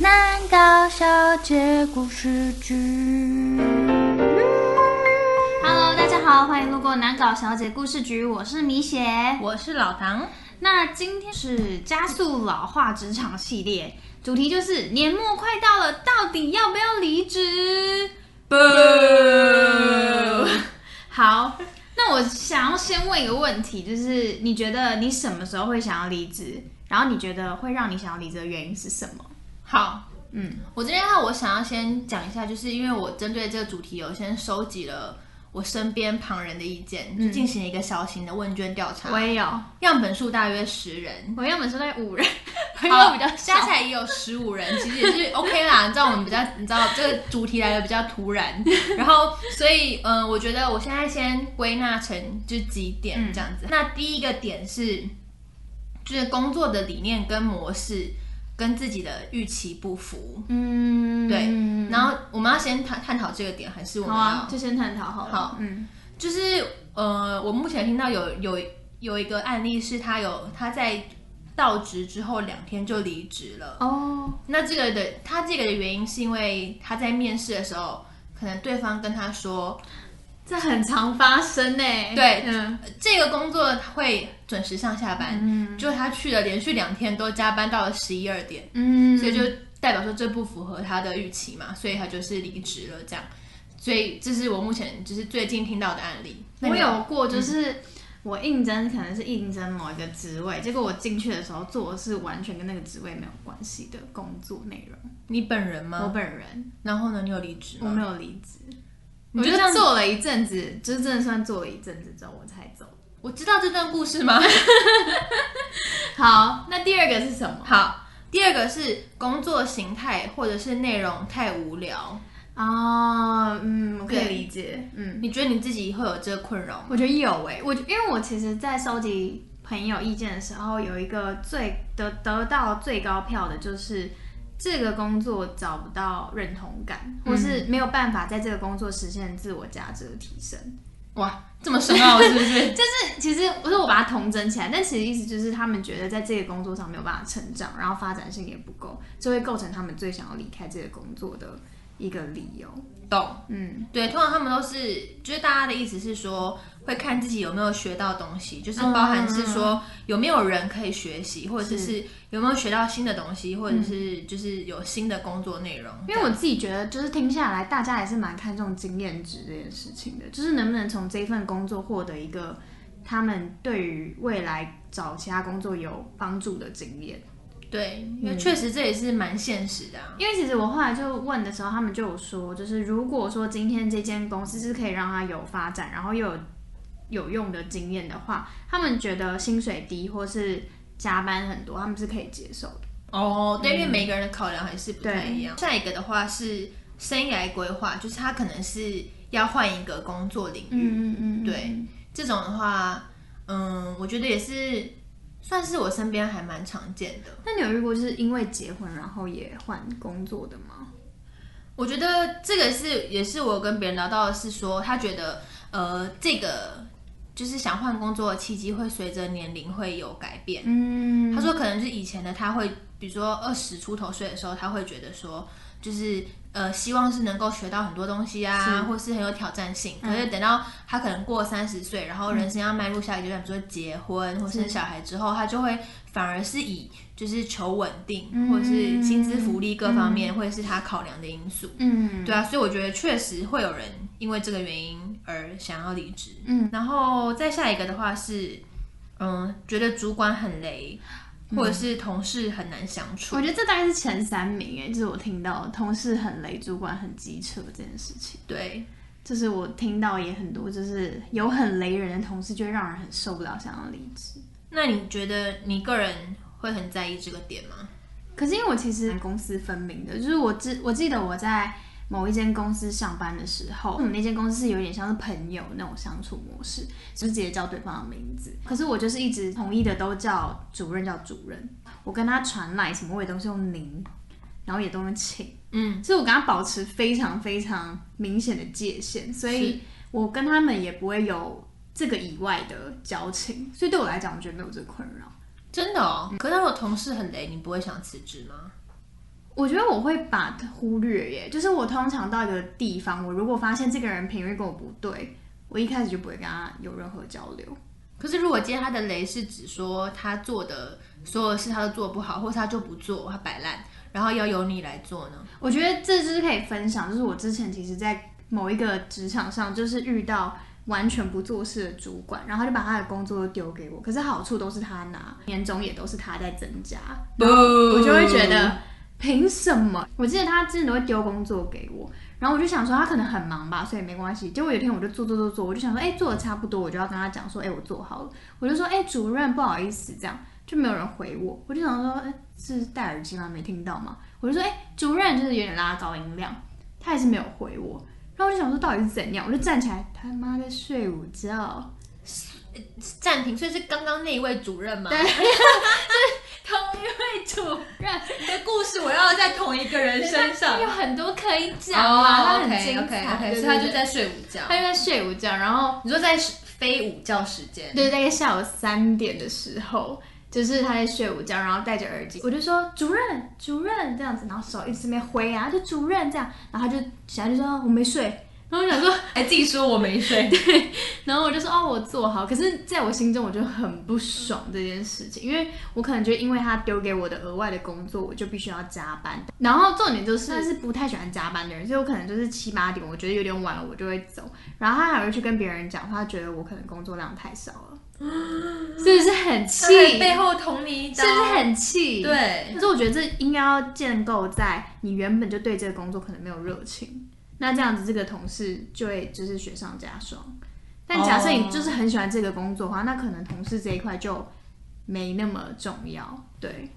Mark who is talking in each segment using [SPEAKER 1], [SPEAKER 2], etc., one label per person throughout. [SPEAKER 1] 难搞笑结故事剧。
[SPEAKER 2] Hello，大家好，欢迎路过南搞小姐故事局，我是米雪。
[SPEAKER 3] 我是老唐，
[SPEAKER 2] 那今天是加速老化职场系列，主题就是年末快到了，到底要不要离职？不，好，那我想要先问一个问题，就是你觉得你什么时候会想要离职？然后你觉得会让你想要离职的原因是什么？
[SPEAKER 3] 好，
[SPEAKER 2] 嗯，
[SPEAKER 3] 我这边的话，我想要先讲一下，就是因为我针对这个主题，有先收集了我身边旁人的意见，就进行一个小型的问卷调查，
[SPEAKER 2] 嗯我也有，
[SPEAKER 3] 样本数大约十人，
[SPEAKER 2] 我原本是在五人，
[SPEAKER 3] 朋
[SPEAKER 2] 友比较少
[SPEAKER 3] 加起来也有十五人，其实也是 OK 啦。你知道我们比较，你知道这个主题来的比较突然，然后所以嗯、呃我觉得我现在先归纳成就几
[SPEAKER 2] 嗯
[SPEAKER 3] 点这样子。那第一个点是，就是工作的理念跟模式跟自己的预期不符。
[SPEAKER 2] 嗯，
[SPEAKER 3] 对，然后我们要先探探讨这个点，还是我
[SPEAKER 2] 好
[SPEAKER 3] 们要、
[SPEAKER 2] 啊，就先探讨好了，
[SPEAKER 3] 好
[SPEAKER 2] 嗯，
[SPEAKER 3] 就是呃，我目前听到有有有一个案例是他有他在到职之后两天就离职了。
[SPEAKER 2] 哦，
[SPEAKER 3] 那这个的他这个的原因是因为他在面试的时候，可能对方跟他说，
[SPEAKER 2] 这很常发生呢、
[SPEAKER 3] 对
[SPEAKER 2] 嗯，
[SPEAKER 3] 呃这个工作会准时上下班，嗯，就他去了连续两天都加班到了十一二点，
[SPEAKER 2] 嗯，
[SPEAKER 3] 所以就代表说这不符合他的预期嘛，所以他就是离职了这样。所以这是我目前就是最近听到的案例。那
[SPEAKER 2] 我
[SPEAKER 3] 你
[SPEAKER 2] 有过，就是我应征可能是应征某一个职位，结果我进去的时候做的是完全跟那个职位没有关系的工作内容。
[SPEAKER 3] 你本人吗？
[SPEAKER 2] 我本人
[SPEAKER 3] 然后呢，你有离职
[SPEAKER 2] 我
[SPEAKER 3] 吗？
[SPEAKER 2] 没有离职，
[SPEAKER 3] 你
[SPEAKER 2] 我
[SPEAKER 3] 就
[SPEAKER 2] 就
[SPEAKER 3] 这样
[SPEAKER 2] 做了一阵子，就是真的算做了一阵子之后我才走。
[SPEAKER 3] 我知道这段故事吗？
[SPEAKER 2] 好，那第二个是什么
[SPEAKER 3] 好，第二个是工作形态或者是内容太无聊。
[SPEAKER 2] 哦，嗯，我可以
[SPEAKER 3] 对
[SPEAKER 2] 理解，嗯。
[SPEAKER 3] 你觉得你自己会有这个困扰吗？
[SPEAKER 2] 我觉得有诶、我因为我其实，在收集朋友意见的时候，有一个最得得到最高票的就是这个工作找不到认同感，或是没有办法在这个工作实现自我价值的提升。
[SPEAKER 3] 哇，这么深奥是不 是？
[SPEAKER 2] 就是其实不是我把它统整起来，但其实意思就是他们觉得在这个工作上没有办法成长，然后发展性也不够，就会构成他们最想要离开这个工作的一个理由。
[SPEAKER 3] 懂。
[SPEAKER 2] 嗯，
[SPEAKER 3] 对，通常他们都是，就是大家的意思是说，会看自己有没有学到东西，就是包含是说有没有人可以学习，或者嗯是嗯是有没有学到新的东西，或者是就是有新的工作内容。
[SPEAKER 2] 因为我自己觉得，就是听下来，大家也是蛮看重经验值这件事情的，就是能不能从这份工作获得一个他们对于未来找其他工作有帮助的经验。
[SPEAKER 3] 对，因为确实这也是蛮现实的啊。
[SPEAKER 2] 因为其实我后来就问的时候，他们就有说，就是如果说今天这间公司是可以让他有发展，然后又有有用的经验的话，他们觉得薪水低或是加班很多，他们是可以接受的。
[SPEAKER 3] 哦，对，因为每个人的考量还是不太
[SPEAKER 2] 对
[SPEAKER 3] 一样。下一个的话是生涯规划，就是他可能是要换一个工作领域。
[SPEAKER 2] 嗯嗯
[SPEAKER 3] 对，这种的话，嗯，我觉得也是算是我身边还蛮常见的。
[SPEAKER 2] 那你有遇过就是因为结婚然后也换工作的吗？
[SPEAKER 3] 我觉得这个是也是我跟别人聊到的是说，他觉得呃这个就是想换工作的契机会随着年龄会有改变。
[SPEAKER 2] 嗯，
[SPEAKER 3] 他说可能就是以前的他会，比如说二十出头岁的时候，他会觉得说，就是呃，希望是能够学到很多东西啊，或是很有挑战性。可是等到他可能过三十岁，然后人生要迈入下一个阶段，比如说结婚或生小孩之后，他就会反而是以就是求稳定，或是薪资福利各方面，会是他考量的因素。
[SPEAKER 2] 嗯，
[SPEAKER 3] 对啊，所以我觉得确实会有人因为这个原因而想要离职。
[SPEAKER 2] 嗯，
[SPEAKER 3] 然后再下一个的话是，嗯，觉得主管很雷，或
[SPEAKER 2] 嗯
[SPEAKER 3] 者是同事很难相处。
[SPEAKER 2] 我觉得这大概是前三名欸诶，就是我听到同事很雷，主管很机车这件事情，
[SPEAKER 3] 对，
[SPEAKER 2] 就是我听到也很多，就是有很雷人的同事，就会让人很受不了，想要离职。
[SPEAKER 3] 那你觉得你个人会很在意这个点吗？
[SPEAKER 2] 可是因为我其实蛮公私分明的，就是我记我记得我在某一间公司上班的时候，我们那间公司是有点像是朋友那种相处模式，就是直接叫对方的名字。可是我就是一直统一的都叫主任叫主任，我跟他传来什么我也都是用您，然后也都用请，
[SPEAKER 3] 嗯，
[SPEAKER 2] 所以我跟他保持非常非常明显的界限，所以我跟他们也不会有这个以外的交情，所以对我来讲，我觉得没有这个困扰。
[SPEAKER 3] 真的哦。可是如果同事很雷，你不会想辞职吗？
[SPEAKER 2] 我觉得我会把忽略耶，就是我通常到一个地方，我如果发现这个人频率跟我不对，我一开始就不会跟他有任何交流。
[SPEAKER 3] 可是如果今天他的雷是指说他做的所有事他都做不好，或是他就不做，他摆烂，然后要由你来做呢？
[SPEAKER 2] 我觉得这就是可以分享，就是我之前其实，在某一个职场上，就是遇到完全不做事的主管，然后他就把他的工作都丢给我，可是好处都是他拿，年终也都是他在增加，然后我就会觉
[SPEAKER 3] 嗯
[SPEAKER 2] 得凭什么？我记得他之前都会丢工作给我，然后我就想说他可能很忙吧，所以没关系。结果有一天我就做做做做，我就想说，哎、做的差不多，我就要跟他讲说，哎、我做好了，我就说，哎、主任不好意思，这样就没有人回我，我就想说，哎、是戴耳机吗？没听到吗？我就说，哎、主任就是有点拉高音量，他也是没有回我。然后我就想说到底是怎样，我就站起来，他妈在睡午觉。啊
[SPEAKER 3] 暂停，所以是刚刚那一位主任吗？
[SPEAKER 2] 对
[SPEAKER 3] 同一位主任，你的故事我要在同一个人身上
[SPEAKER 2] 有。很多可以讲啊，
[SPEAKER 3] 哦
[SPEAKER 2] 他很
[SPEAKER 3] ，OK
[SPEAKER 2] 精
[SPEAKER 3] OK
[SPEAKER 2] 彩
[SPEAKER 3] OK，
[SPEAKER 2] 对
[SPEAKER 3] 所以他
[SPEAKER 2] 对
[SPEAKER 3] 就
[SPEAKER 2] 对
[SPEAKER 3] 在睡午觉。
[SPEAKER 2] 他就在睡午觉，然后
[SPEAKER 3] 你说在非午觉时间，
[SPEAKER 2] 对，大概下午三点的时候，就是他在睡午觉，然后戴着耳机，我就说主任主任这样子，然后手一直没挥啊，就主任这样，然后他就起来就说哦我没睡，然后我想说，
[SPEAKER 3] 还自己哎说我没睡。
[SPEAKER 2] 然后我就说哦我做好，可是在我心中我就很不爽这件事情，因为我可能就因为他丢给我的额外的工作，我就必须要加班，然后重点就是他是不太喜欢加班的人，所以我可能就是七八点我觉得有点晚了我就会走，然后他还会去跟别人讲，他觉得我可能工作量太少了。是不是很气？
[SPEAKER 3] 背后捅你一
[SPEAKER 2] 是
[SPEAKER 3] 刀，
[SPEAKER 2] 不是很气？。
[SPEAKER 3] 对？
[SPEAKER 2] 可是我觉得这应该要建构在你原本就对这个工作可能没有热情，那这样子这个同事就会就是雪上加霜。但假设你就是很喜欢这个工作的话，那可能同事这一块就没那么重要。对，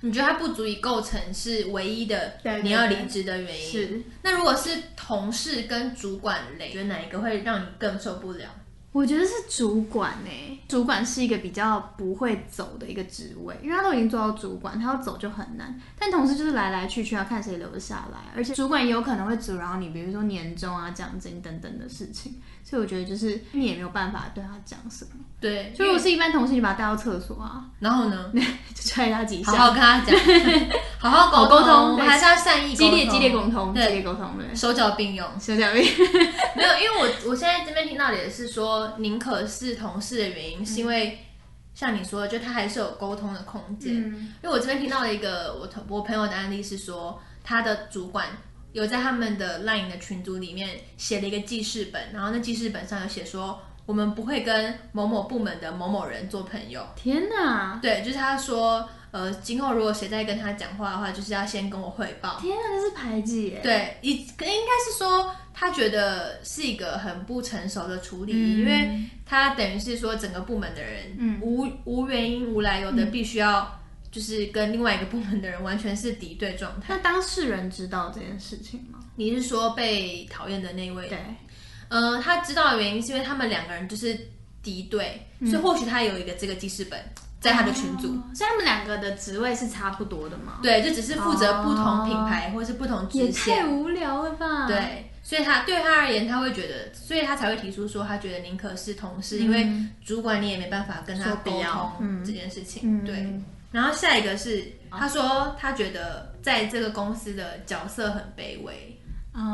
[SPEAKER 3] 你觉得它不足以构成是唯一的
[SPEAKER 2] 对对
[SPEAKER 3] 你要离职的原因？。
[SPEAKER 2] 是，
[SPEAKER 3] 那如果是同事跟主管类，觉得哪一个会让你更受不了？
[SPEAKER 2] 我觉得是主管呢、主管是一个比较不会走的一个职位，因为他都已经做到主管，他要走就很难。但同时就是来来去去，要看谁留得下来，而且主管也有可能会阻挠你，比如说年终啊、奖金等等的事情。所以我觉得就是你也没有办法对他讲什么。
[SPEAKER 3] 对
[SPEAKER 2] 就如果是一般同事，你把他带到厕所啊，
[SPEAKER 3] 然后呢？
[SPEAKER 2] 就踹他几
[SPEAKER 3] 好
[SPEAKER 2] 下，
[SPEAKER 3] 好跟他讲， 好好沟
[SPEAKER 2] 好沟通对
[SPEAKER 3] 还是要善意沟
[SPEAKER 2] 激
[SPEAKER 3] 通
[SPEAKER 2] 烈激烈沟通，激
[SPEAKER 3] 对
[SPEAKER 2] 烈沟通，对，
[SPEAKER 3] 手脚并用。
[SPEAKER 2] 小小妹，
[SPEAKER 3] 没有，因为我我现在这边听到的也是说，宁可是同事的原因，是因为像你说的，就他还是有沟通的空间。
[SPEAKER 2] 嗯
[SPEAKER 3] 因为我这边听到了一个我同我朋友的案例是说，他的主管有在他们的 LINE 的群组里面写了一个记事本，然后那记事本上有写说，我们不会跟某某部门的某某人做朋友。
[SPEAKER 2] 天哪，
[SPEAKER 3] 对，就是他说，呃，今后如果谁再跟他讲话的话，就是要先跟我汇报。
[SPEAKER 2] 天哪，这是排挤耶、
[SPEAKER 3] 对，一可应该是说他觉得是一个很不成熟的处理，
[SPEAKER 2] 嗯
[SPEAKER 3] 因为他等于是说整个部门的人、无无原因无来由
[SPEAKER 2] 嗯
[SPEAKER 3] 的必须要就是跟另外一个部门的人完全是敌对状态。
[SPEAKER 2] 那当事人知道这件事情吗？
[SPEAKER 3] 你是说被讨厌的那一位？
[SPEAKER 2] 对，
[SPEAKER 3] 呃，他知道的原因是因为他们两个人就是敌对，所以或许他有一个这个记事本在他的群组。
[SPEAKER 2] 嗯哦所以他们两个的职位是差不多的吗？
[SPEAKER 3] 对，就只是负责不同品牌或是不同支
[SPEAKER 2] 哦也
[SPEAKER 3] 线，
[SPEAKER 2] 太无聊了吧？，
[SPEAKER 3] 对，所以他对他而言，他会觉得，所以他才会提出说，他觉得宁可是同事，因为主管你也没办法跟他
[SPEAKER 2] 说
[SPEAKER 3] 沟
[SPEAKER 2] 不要
[SPEAKER 3] 通
[SPEAKER 2] 嗯
[SPEAKER 3] 这件事情。
[SPEAKER 2] 嗯
[SPEAKER 3] 对，然后下一个是，他说他觉得在这个公司的角色很卑微。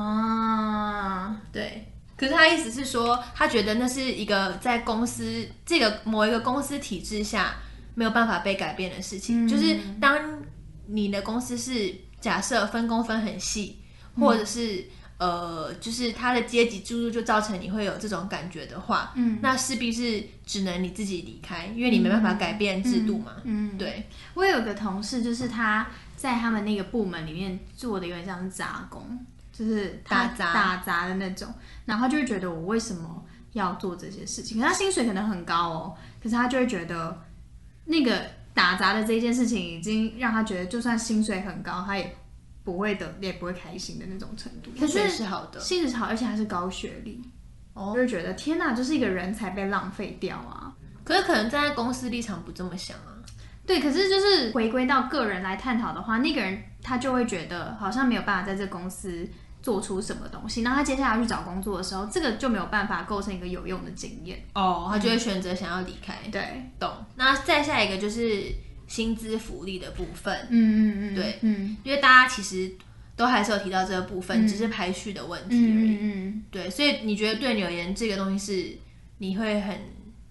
[SPEAKER 2] 啊，
[SPEAKER 3] 对，可是他意思是说，他觉得那是一个在公司这个某一个公司体制下没有办法被改变的事情，
[SPEAKER 2] 嗯
[SPEAKER 3] 就是当你的公司是假设分工分很细，
[SPEAKER 2] 嗯
[SPEAKER 3] 或者是。呃，就是他的阶级制度就造成你会有这种感觉的话，嗯，那势必是只能你自己离开，因为你没办法改变制度嘛，
[SPEAKER 2] 嗯，
[SPEAKER 3] 对，
[SPEAKER 2] 我有个同事，就是他在他们那个部门里面做的有点像是杂工，就是他
[SPEAKER 3] 打杂
[SPEAKER 2] 打杂的那种，然后他就会觉得我为什么要做这些事情？可是他薪水可能很高哦，可是他就会觉得那个打杂的这件事情已经让他觉得，就算薪水很高，他也不会得，也不会开心的那种程度。
[SPEAKER 3] 薪水是好的，
[SPEAKER 2] 薪水好，而且还是高学历，
[SPEAKER 3] 哦
[SPEAKER 2] 我就觉得天哪，就是一个人才被浪费掉啊。
[SPEAKER 3] 可是可能站在公司立场不这么想啊，
[SPEAKER 2] 对，可是就是回归到个人来探讨的话，那个人他就会觉得好像没有办法在这公司做出什么东西，那他接下来去找工作的时候，这个就没有办法构成一个有用的经验。
[SPEAKER 3] 哦，他就会选择想要离开，
[SPEAKER 2] 对，
[SPEAKER 3] 懂。那再下一个就是薪资福利的部分，
[SPEAKER 2] 嗯嗯嗯，对，嗯
[SPEAKER 3] 因为大家其实都还是有提到这个部分，只是排序的问题而已。
[SPEAKER 2] 嗯嗯，
[SPEAKER 3] 对，所以你觉得对你而言，这个东西是你会很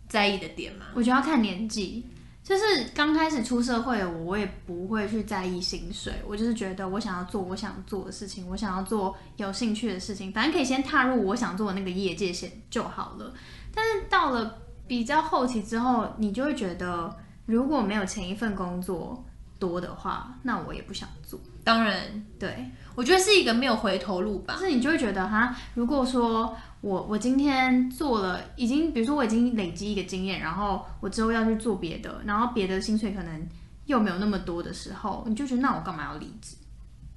[SPEAKER 3] 在意的点吗？
[SPEAKER 2] 我觉得要看年纪。就是刚开始出社会的我，我也不会去在意薪水，我就是觉得我想要做我想做的事情，我想要做有兴趣的事情，反正可以先踏入我想做的那个业界先就好了。但是到了比较后期之后，你就会觉得，如果没有前一份工作多的话，那我也不想做。
[SPEAKER 3] 当然，
[SPEAKER 2] 对，
[SPEAKER 3] 我觉得是一个没有回头路吧。
[SPEAKER 2] 就是你就会觉得哈，如果说我我今天做了，已经比如说我已经累积一个经验，然后我之后要去做别的，然后别的薪水可能又没有那么多的时候，你就觉得那我干嘛要离职？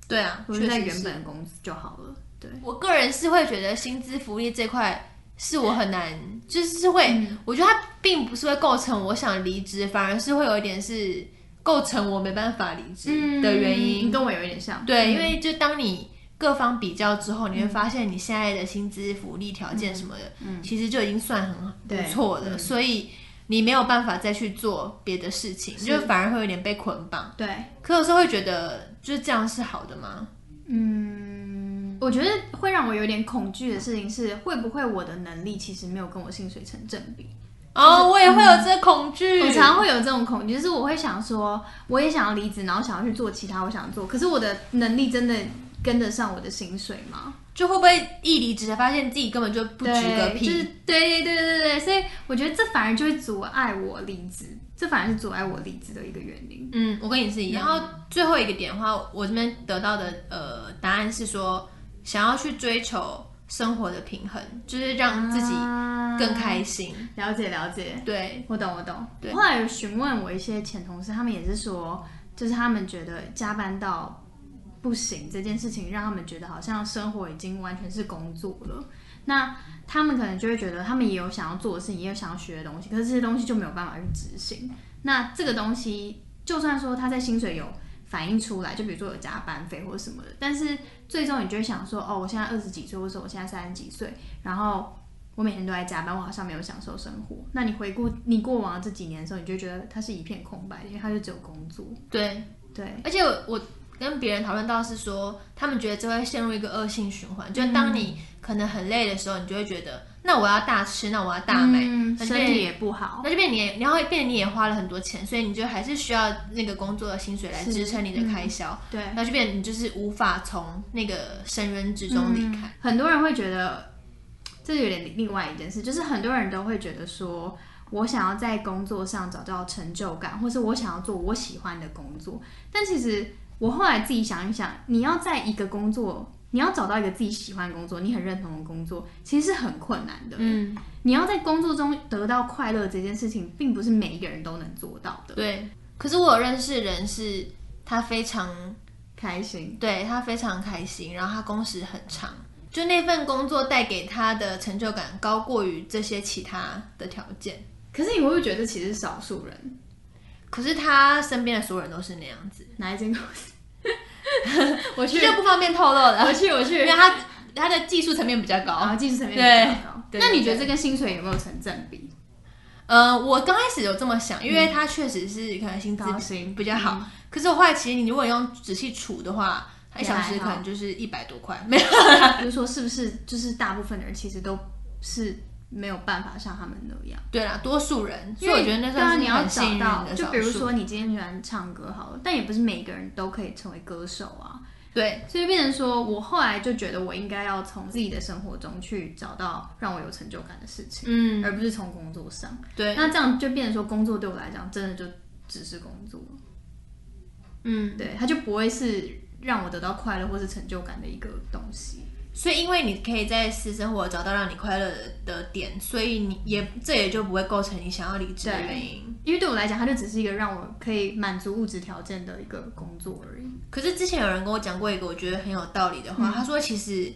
[SPEAKER 3] 对啊，
[SPEAKER 2] 我
[SPEAKER 3] 确
[SPEAKER 2] 就在
[SPEAKER 3] 实
[SPEAKER 2] 原
[SPEAKER 3] 是
[SPEAKER 2] 本的公司就好了。对，
[SPEAKER 3] 我个人是会觉得薪资福利这块是我很难，就是会，
[SPEAKER 2] 嗯
[SPEAKER 3] 我觉得它并不是会构成我想离职，反而是会有一点是构成我没办法离
[SPEAKER 2] 嗯
[SPEAKER 3] 职的原因。
[SPEAKER 2] 跟我有一点像。
[SPEAKER 3] 对，
[SPEAKER 2] 嗯
[SPEAKER 3] 因为就当你各方比较之后，你会发现你现在的薪资福利条件什么的，其实就已经算很不
[SPEAKER 2] 对
[SPEAKER 3] 错的，所以。你没有办法再去做别的事情，就反而会有点被捆绑。
[SPEAKER 2] 对，
[SPEAKER 3] 可有时候会觉得，就是这样是好的吗？
[SPEAKER 2] 嗯，我觉得会让我有点恐惧的事情是，会不会我的能力其实没有跟我薪水成正比？
[SPEAKER 3] 哦，我也会有这个恐惧。
[SPEAKER 2] 我常常会有这种恐惧，就是我会想说，我也想要离职，然后想要去做其他我想做，可是我的能力真的跟得上我的薪水吗？
[SPEAKER 3] 就会不会一离职才发现自己根本就不值个
[SPEAKER 2] 对，
[SPEAKER 3] 屁？
[SPEAKER 2] 就是对对对对对，所以我觉得这反而就会阻碍我离职，这反而是阻碍我离职的一个原因。
[SPEAKER 3] 嗯，我跟你是一样。然后最后一个点的话，我这边得到的呃答案是说，想要去追求生活的平衡，就是让自己
[SPEAKER 2] 啊
[SPEAKER 3] 更开心。
[SPEAKER 2] 了解了解，
[SPEAKER 3] 对，
[SPEAKER 2] 我懂我懂。
[SPEAKER 3] 对
[SPEAKER 2] 后来有询问我一些前同事，他们也是说，就是他们觉得加班到不行这件事情，让他们觉得好像生活已经完全是工作了。那他们可能就会觉得，他们也有想要做的事情，也有想要学的东西，可是这些东西就没有办法去执行。那这个东西，就算说他在薪水有反映出来，就比如说有加班费或什么的，但是最终你就会想说，哦，我现在二十几岁，或者说我现在三十几岁，然后我每天都在加班，我好像没有享受生活。那你回顾你过往的这几年的时候，你就会觉得它是一片空白，因为它就只有工作。
[SPEAKER 3] 对，
[SPEAKER 2] 对，
[SPEAKER 3] 而且我我跟别人讨论到是说，他们觉得这会陷入一个恶性循环，就是当你可能很累的时候，你就会觉得，那我要大吃，那我要大买，
[SPEAKER 2] 嗯
[SPEAKER 3] 那就
[SPEAKER 2] 身
[SPEAKER 3] 变
[SPEAKER 2] 体也不好。
[SPEAKER 3] 那就变你也，然后变你也花了很多钱，所以你就还是需要那个工作的薪水来支撑你的开销，
[SPEAKER 2] 嗯对，
[SPEAKER 3] 然后就变你就是无法从那个深渊之中离开。
[SPEAKER 2] 很多人会觉得，这有点另外一件事，就是很多人都会觉得说，我想要在工作上找到成就感，或是我想要做我喜欢的工作。但其实我后来自己想一想，你要在一个工作，你要找到一个自己喜欢的工作，你很认同的工作，其实是很困难的。
[SPEAKER 3] 嗯，
[SPEAKER 2] 你要在工作中得到快乐这件事情，并不是每一个人都能做到的。
[SPEAKER 3] 对。可是我有认识人是，他非常
[SPEAKER 2] 开心，
[SPEAKER 3] 对他非常开心，然后他工时很长，就那份工作带给他的成就感高过于这些其他的条件。
[SPEAKER 2] 可是你会不会觉得其实是少数人？
[SPEAKER 3] 可是他身边的所有人都是那样子，
[SPEAKER 2] 哪一间公司？ 我去
[SPEAKER 3] 这，就不方便透露了。
[SPEAKER 2] 我去，我去
[SPEAKER 3] 因为。他他的技术层面比较高
[SPEAKER 2] 然，后技术层面比较高。
[SPEAKER 3] 对对
[SPEAKER 2] 那你觉得
[SPEAKER 3] 对
[SPEAKER 2] 这跟薪水有没有成正 比？
[SPEAKER 3] 呃，我刚开始有这么想，因为它确实是可能薪资
[SPEAKER 2] 高薪
[SPEAKER 3] 比较好，可是我后来其实你如果用仔细除的话，它一小时可能就是
[SPEAKER 2] 嗯
[SPEAKER 3] 一百多块，没有。
[SPEAKER 2] 比如说，是不是就是大部分的人其实都是没有办法像他们那样？
[SPEAKER 3] 对啦，多数人，所以我觉得那算是
[SPEAKER 2] 对啊你要
[SPEAKER 3] 很幸
[SPEAKER 2] 找
[SPEAKER 3] 运
[SPEAKER 2] 到，
[SPEAKER 3] 的
[SPEAKER 2] 就
[SPEAKER 3] 少
[SPEAKER 2] 比如
[SPEAKER 3] 数。
[SPEAKER 2] 说你今天喜欢唱歌好了，但也不是每个人都可以成为歌手啊。
[SPEAKER 3] 对，
[SPEAKER 2] 所以变成说，我后来就觉得我应该要从自己的生活中去找到让我有成就感的事情，
[SPEAKER 3] 嗯，
[SPEAKER 2] 而不是从工作上。
[SPEAKER 3] 对，
[SPEAKER 2] 那这样就变成说，工作对我来讲真的就只是工作，
[SPEAKER 3] 嗯，
[SPEAKER 2] 对，它就不会是让我得到快乐或是成就感的一个东西。
[SPEAKER 3] 所以因为你可以在私生活找到让你快乐的点，所以你也这也就不会构成你想要离职的
[SPEAKER 2] 对
[SPEAKER 3] 原因。
[SPEAKER 2] 因为对我来讲，它就只是一个让我可以满足物质条件的一个工作而已。
[SPEAKER 3] 可是之前有人跟我讲过一个我觉得很有道理的
[SPEAKER 2] 嗯
[SPEAKER 3] 话，他说其实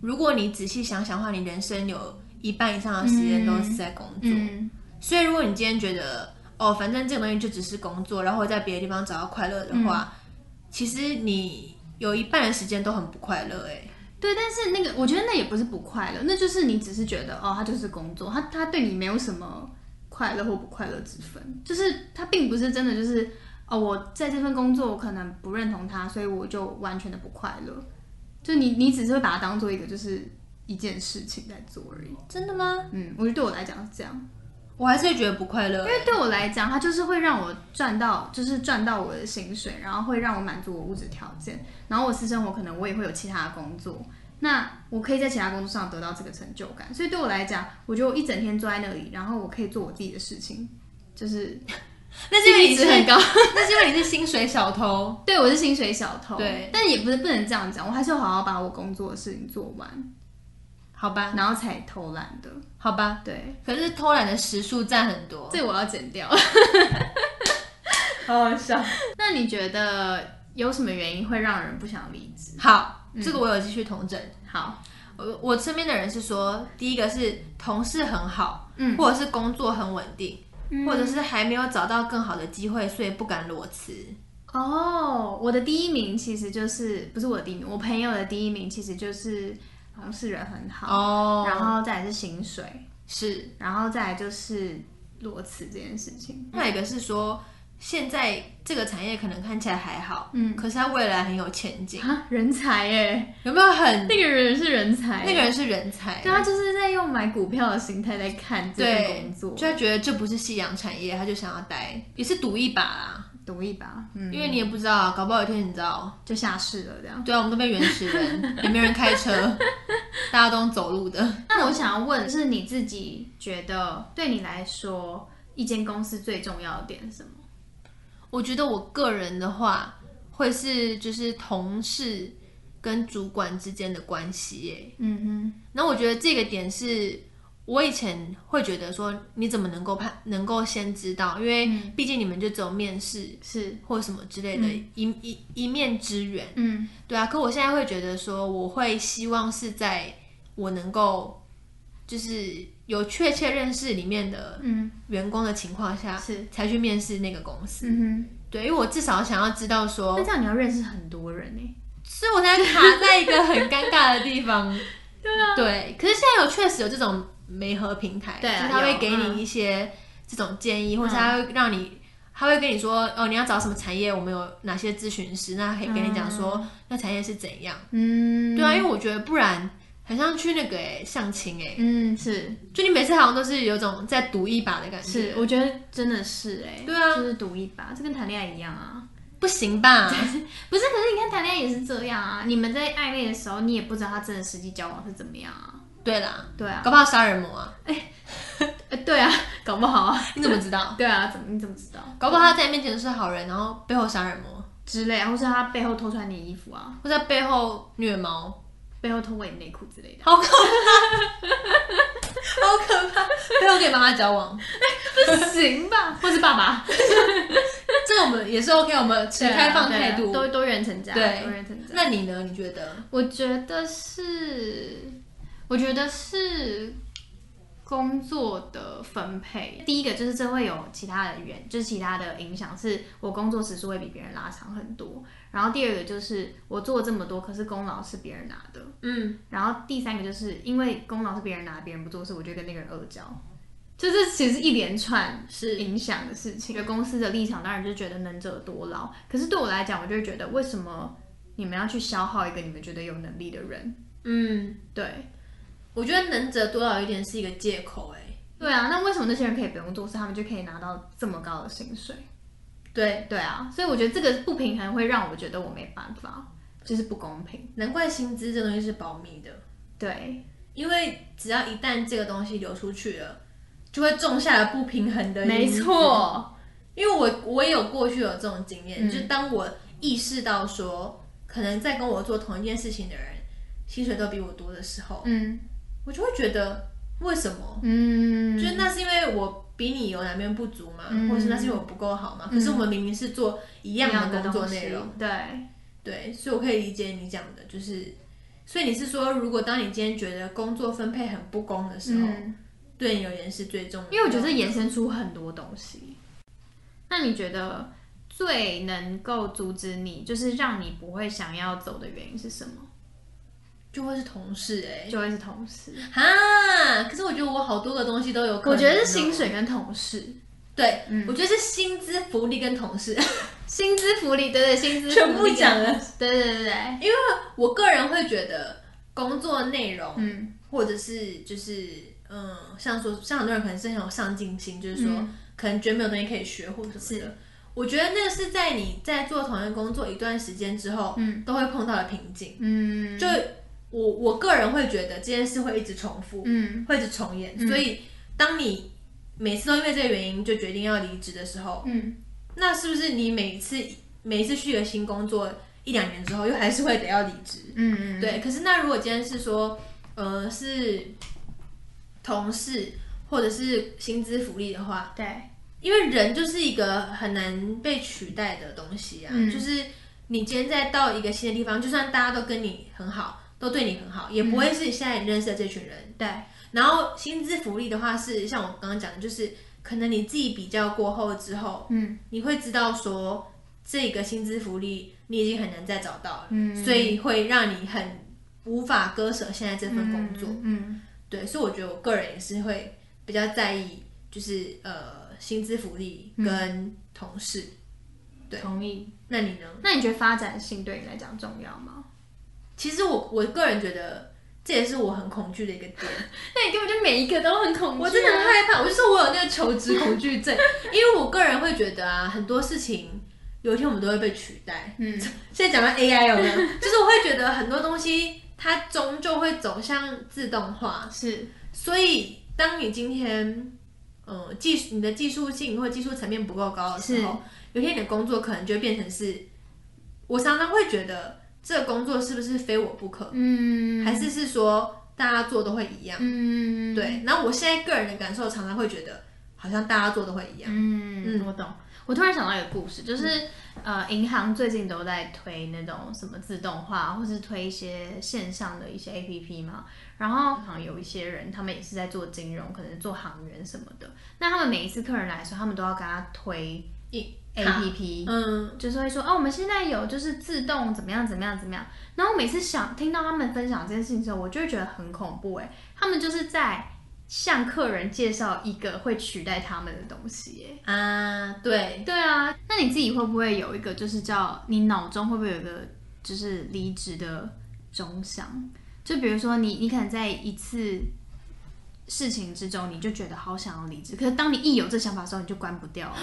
[SPEAKER 3] 如果你仔细想想的话，你人生有一半以上的时间都是在工作，
[SPEAKER 2] 嗯，
[SPEAKER 3] 所以如果你今天觉得哦，反正这个东西就只是工作，然后我在别的地方找到快乐的话，
[SPEAKER 2] 嗯
[SPEAKER 3] 其实你有一半的时间都很不快乐哎、
[SPEAKER 2] 对，但是那个我觉得那也不是不快乐，那就是你只是觉得哦，它就是工作，它它对你没有什么快乐或不快乐之分，就是它并不是真的就是哦，我在这份工作我可能不认同它，所以我就完全的不快乐。就你，你只是会把它当做一个就是一件事情在做而已。
[SPEAKER 3] 真的吗？
[SPEAKER 2] 嗯，我觉得对我来讲是这样，
[SPEAKER 3] 我还是会觉得不快乐
[SPEAKER 2] 因。为对我来讲，它就是会让我赚到，就是赚到我的薪水，然后会让我满足我物质条件，然后我私生活可能我也会有其他的工作，那我可以在其他工作上得到这个成就感。所以对我来讲，我就一整天坐在那里，然后我可以做我自己的事情，就是
[SPEAKER 3] 那是因为你
[SPEAKER 2] 薪
[SPEAKER 3] 是
[SPEAKER 2] 水很高。
[SPEAKER 3] 那是因为你是薪水小偷。
[SPEAKER 2] 对，我是薪水小偷，
[SPEAKER 3] 对
[SPEAKER 2] 但也不是不能这样讲，我还是有好好把我工作的事情做完，
[SPEAKER 3] 好吧，
[SPEAKER 2] 然后才偷懒的。
[SPEAKER 3] 好吧，
[SPEAKER 2] 对，
[SPEAKER 3] 可是偷懒的时数占很多，
[SPEAKER 2] 这我要剪掉。
[SPEAKER 3] 好
[SPEAKER 2] 哦
[SPEAKER 3] 好笑。
[SPEAKER 2] 那你觉得有什么原因会让人不想离职？
[SPEAKER 3] 好，
[SPEAKER 2] 嗯
[SPEAKER 3] 这个我有继续同整。
[SPEAKER 2] 好，
[SPEAKER 3] 我我身边的人是说，第一个是同事很好，
[SPEAKER 2] 嗯
[SPEAKER 3] 或者是工作很稳定，或者是还没有找到更好的机会，所以不敢裸辞。
[SPEAKER 2] 哦，我的第一名其实就是不是我的第一名，我朋友的第一名其实就是好像是人很好，
[SPEAKER 3] 哦
[SPEAKER 2] 然后再来是薪水，
[SPEAKER 3] 是，
[SPEAKER 2] 然后再来就是裸辞这件事情。
[SPEAKER 3] 还有一个是说，现在这个产业可能看起来还好，
[SPEAKER 2] 嗯
[SPEAKER 3] 可是它未来很有前景，
[SPEAKER 2] 啊， 人才耶，
[SPEAKER 3] 有没有很？
[SPEAKER 2] 那个人是人才，
[SPEAKER 3] 那个人是人才，
[SPEAKER 2] 对他啊就是在用买股票的心态在看这份
[SPEAKER 3] 对
[SPEAKER 2] 工，作，
[SPEAKER 3] 就他觉得这不是夕阳产业，他就想要待，也是赌一把啦，
[SPEAKER 2] 赌一把，嗯，
[SPEAKER 3] 因为你也不知道，搞不好有一天你知道，
[SPEAKER 2] 就下市了这样。
[SPEAKER 3] 对啊，我们都变原始人，也没人开车，大家都走路的。
[SPEAKER 2] 那我想要问，就是你自己觉得对你来说，一间公司最重要的点是什么？
[SPEAKER 3] 我觉得我个人的话，会是就是同事跟主管之间的关系耶。
[SPEAKER 2] 嗯
[SPEAKER 3] 那我觉得这个点是我以前会觉得说，你怎么能够判能够先知道？因为毕竟你们就只有面试
[SPEAKER 2] 哼，是，
[SPEAKER 3] 或什么之类的、一一一面之缘，
[SPEAKER 2] 嗯
[SPEAKER 3] 对啊。可我现在会觉得说，我会希望是在我能够就是有确切认识里面的
[SPEAKER 2] 嗯
[SPEAKER 3] 员工的情况下，
[SPEAKER 2] 是
[SPEAKER 3] 才去面试那个公司。
[SPEAKER 2] 嗯
[SPEAKER 3] 对，因为我至少想要知道说
[SPEAKER 2] 哼，那，这样你要认识很多人欸呢、
[SPEAKER 3] 所以我才卡在一个很尴尬的地方。 对啊，对。可是现在有确实有这种媒合平台，
[SPEAKER 2] 对啊
[SPEAKER 3] 就是他会
[SPEAKER 2] 有
[SPEAKER 3] 给
[SPEAKER 2] 嗯
[SPEAKER 3] 你一些这种建议，或者他会让你，他会跟你说，哦，你要找什么产业，我们有哪些咨询师，那可以跟你讲说、那产业是怎样。
[SPEAKER 2] 嗯，
[SPEAKER 3] 对啊，因为我觉得不然。很像去那个诶、相亲诶、
[SPEAKER 2] 嗯是
[SPEAKER 3] 就你每次好像都是有种在赌一把的感觉，
[SPEAKER 2] 是，我觉得真的是哎、
[SPEAKER 3] 对啊
[SPEAKER 2] 就是赌一把，这跟谈恋爱一样啊。
[SPEAKER 3] 不行吧？
[SPEAKER 2] 不是，可是你看谈恋爱也是这样啊，你们在暧昧的时候，你也不知道他真的实际交往是怎么样啊。
[SPEAKER 3] 对啦，
[SPEAKER 2] 对啊，
[SPEAKER 3] 搞不好杀人魔啊？
[SPEAKER 2] 呃对啊， 搞不好啊。
[SPEAKER 3] 你怎么知道？
[SPEAKER 2] 对啊，怎么你怎么知道？
[SPEAKER 3] 搞不好他在你面前是好人，然后背后杀人魔，
[SPEAKER 2] 之类啊，或是他背后偷穿你的衣服啊，
[SPEAKER 3] 或在背后虐猫，
[SPEAKER 2] 背后偷喂你内裤之类的。啊
[SPEAKER 3] 好可怕， 好可怕！背后可以帮他交往，
[SPEAKER 2] 不行吧？ 或是爸爸，
[SPEAKER 3] 这个我们也是 OK，我们持
[SPEAKER 2] 对啊
[SPEAKER 3] 开放
[SPEAKER 2] 对啊
[SPEAKER 3] 态度。
[SPEAKER 2] 多多元成家，
[SPEAKER 3] 对
[SPEAKER 2] 多元成家。
[SPEAKER 3] 那你呢？你觉得？
[SPEAKER 2] 我觉得是，我觉得是工作的分配。第一个就是这会有其他的原，就是其他的影响，是我工作时数会比别人拉长很多。然后第二个就是我做这么多，可是功劳是别人拿的。
[SPEAKER 3] 嗯，
[SPEAKER 2] 然后第三个就是因为功劳是别人拿，别人不做事，我就跟那个人恶交。就这其实一连串
[SPEAKER 3] 是
[SPEAKER 2] 影响的事情。一个公司的立场当然就是觉得能者多劳，可是对我来讲，我就会觉得为什么你们要去消耗一个你们觉得有能力的人？
[SPEAKER 3] 嗯，
[SPEAKER 2] 对，
[SPEAKER 3] 我觉得能者多劳一点是一个借口、欸，
[SPEAKER 2] 对啊，那为什么那些人可以不用做事，他们就可以拿到这么高的薪水？
[SPEAKER 3] 对，
[SPEAKER 2] 对啊，所以我觉得这个不平衡会让我觉得我没办法，就是不公平。
[SPEAKER 3] 难怪薪资这东西是保密的，
[SPEAKER 2] 对，
[SPEAKER 3] 因为只要一旦这个东西流出去了，就会种下了不平衡的。
[SPEAKER 2] 没，错，
[SPEAKER 3] 因为我我也有过去有这种经
[SPEAKER 2] 嗯
[SPEAKER 3] 验，就当我意识到说，可能在跟我做同一件事情的人，薪水都比我多的时候，
[SPEAKER 2] 嗯
[SPEAKER 3] 我就会觉得为什么？
[SPEAKER 2] 嗯，
[SPEAKER 3] 就是那是因为我比你有哪边不足嘛，或是那是因为我不够好嘛？可是我们明明是做一
[SPEAKER 2] 一
[SPEAKER 3] 样
[SPEAKER 2] 样
[SPEAKER 3] 的
[SPEAKER 2] 的
[SPEAKER 3] 工作
[SPEAKER 2] 东
[SPEAKER 3] 内
[SPEAKER 2] 西
[SPEAKER 3] 容，，
[SPEAKER 2] 对，
[SPEAKER 3] 对，所以我可以理解你讲的，就是，所以你是说，如果当你今天觉得工作分配很不公的时候，
[SPEAKER 2] 嗯。
[SPEAKER 3] 对你而言是最重要的，
[SPEAKER 2] 因为我觉得衍生出很多东西。那你觉得最能够阻止你，就是让你不会想要走的原因是什么？
[SPEAKER 3] 就会是同事哎、
[SPEAKER 2] 就会是同事。
[SPEAKER 3] 哈，可是我觉得我好多个东西都有可能哦，
[SPEAKER 2] 我觉得是薪水跟同事，
[SPEAKER 3] 对，我觉得是薪资、福利跟同事。
[SPEAKER 2] 薪资福利，对对，薪资福利
[SPEAKER 3] 全部讲了，
[SPEAKER 2] 对对对对，
[SPEAKER 3] 因为我个人会觉得工作内容，
[SPEAKER 2] 嗯
[SPEAKER 3] 或者是就是嗯，像说像很多人可能是很有上进心，就是说、
[SPEAKER 2] 嗯
[SPEAKER 3] 可能觉得没有东西可以学或什么的
[SPEAKER 2] 是。
[SPEAKER 3] 我觉得那个是在你在做同一个工作一段时间之后，
[SPEAKER 2] 嗯
[SPEAKER 3] 都会碰到的瓶颈。
[SPEAKER 2] 嗯，
[SPEAKER 3] 就我我个人会觉得这件事会一直重复，
[SPEAKER 2] 嗯
[SPEAKER 3] 会一直重演。
[SPEAKER 2] 嗯
[SPEAKER 3] 所以当你每次都因为这个原因就决定要离职的时候，
[SPEAKER 2] 嗯，
[SPEAKER 3] 那是不是你每次每一次去一个新工作一两年之后，又还是会得要离职？
[SPEAKER 2] 嗯嗯，
[SPEAKER 3] 对，可是那如果今天是说，呃，是同事或者是薪资福利的话，
[SPEAKER 2] 对，
[SPEAKER 3] 因为人就是一个很难被取代的东西啊，
[SPEAKER 2] 嗯
[SPEAKER 3] 就是你今天再到一个新的地方，就算大家都跟你很好，都对你很好，也
[SPEAKER 2] 嗯
[SPEAKER 3] 不会是你现在认识的这群人。
[SPEAKER 2] 对，
[SPEAKER 3] 然后薪资福利的话是像我刚刚讲的，就是可能你自己比较过后之后，
[SPEAKER 2] 嗯
[SPEAKER 3] 你会知道说这个薪资福利你已经很难再找到了，
[SPEAKER 2] 嗯
[SPEAKER 3] 所以会让你很无法割舍现在这份工作。
[SPEAKER 2] 嗯
[SPEAKER 3] 对，所以我觉得我个人也是会比较在意，就是呃薪资福利跟同事。对
[SPEAKER 2] 同意。
[SPEAKER 3] 那你呢？
[SPEAKER 2] 那你觉得发展性对你来讲重要吗？
[SPEAKER 3] 其实我我个人觉得这也是我很恐惧的一个点，
[SPEAKER 2] 那你根本就每一个都很恐惧、
[SPEAKER 3] 我真的很，害怕。我就说我有那个求职恐惧症，因为我个人会觉得啊，很多事情有一天我们都会被取代。
[SPEAKER 2] 嗯
[SPEAKER 3] 现在讲到 AI 有没 有？就是我会觉得很多东西它终究会走向自动化，
[SPEAKER 2] 啊是，
[SPEAKER 3] 所以当你今天，呃，技术你的技术性或技术层面不够高的时候，有一天你的工作可能就会变成是，我常常会觉得这个工作是不是非我不可，
[SPEAKER 2] 嗯，
[SPEAKER 3] 还是是说大家做都会一样？
[SPEAKER 2] 嗯，
[SPEAKER 3] 对，然后我现在个人的感受常常会觉得，好像大家做都会一样。嗯
[SPEAKER 2] 嗯，我懂。我突然想到一个故事，就是、呃，银行最近都在推那种什么自动化，或是推一些线上的一些 APP 嘛。然
[SPEAKER 3] 嗯
[SPEAKER 2] 后好像有一些人，他们也是在做金融，可能做行员什么的。那他们每一次客人来的时候，他们都要给他推
[SPEAKER 3] 一
[SPEAKER 2] APP，
[SPEAKER 3] 嗯，
[SPEAKER 2] 就是会说哦，我们现在有就是自动怎么样怎么样怎么样。然后我每次想听到他们分享这件事情的时候，我就会觉得很恐怖哎、他们就是在向客人介绍一个会取代他们的东西哎、
[SPEAKER 3] 啊，对，
[SPEAKER 2] 对啊，那你自己会不会有一个就是叫你脑中会不会有一个就是离职的钟响？就比如说你你可能在一次事情之中，你就觉得好想要离职，可是当你一有这想法的时候，你就关不掉了，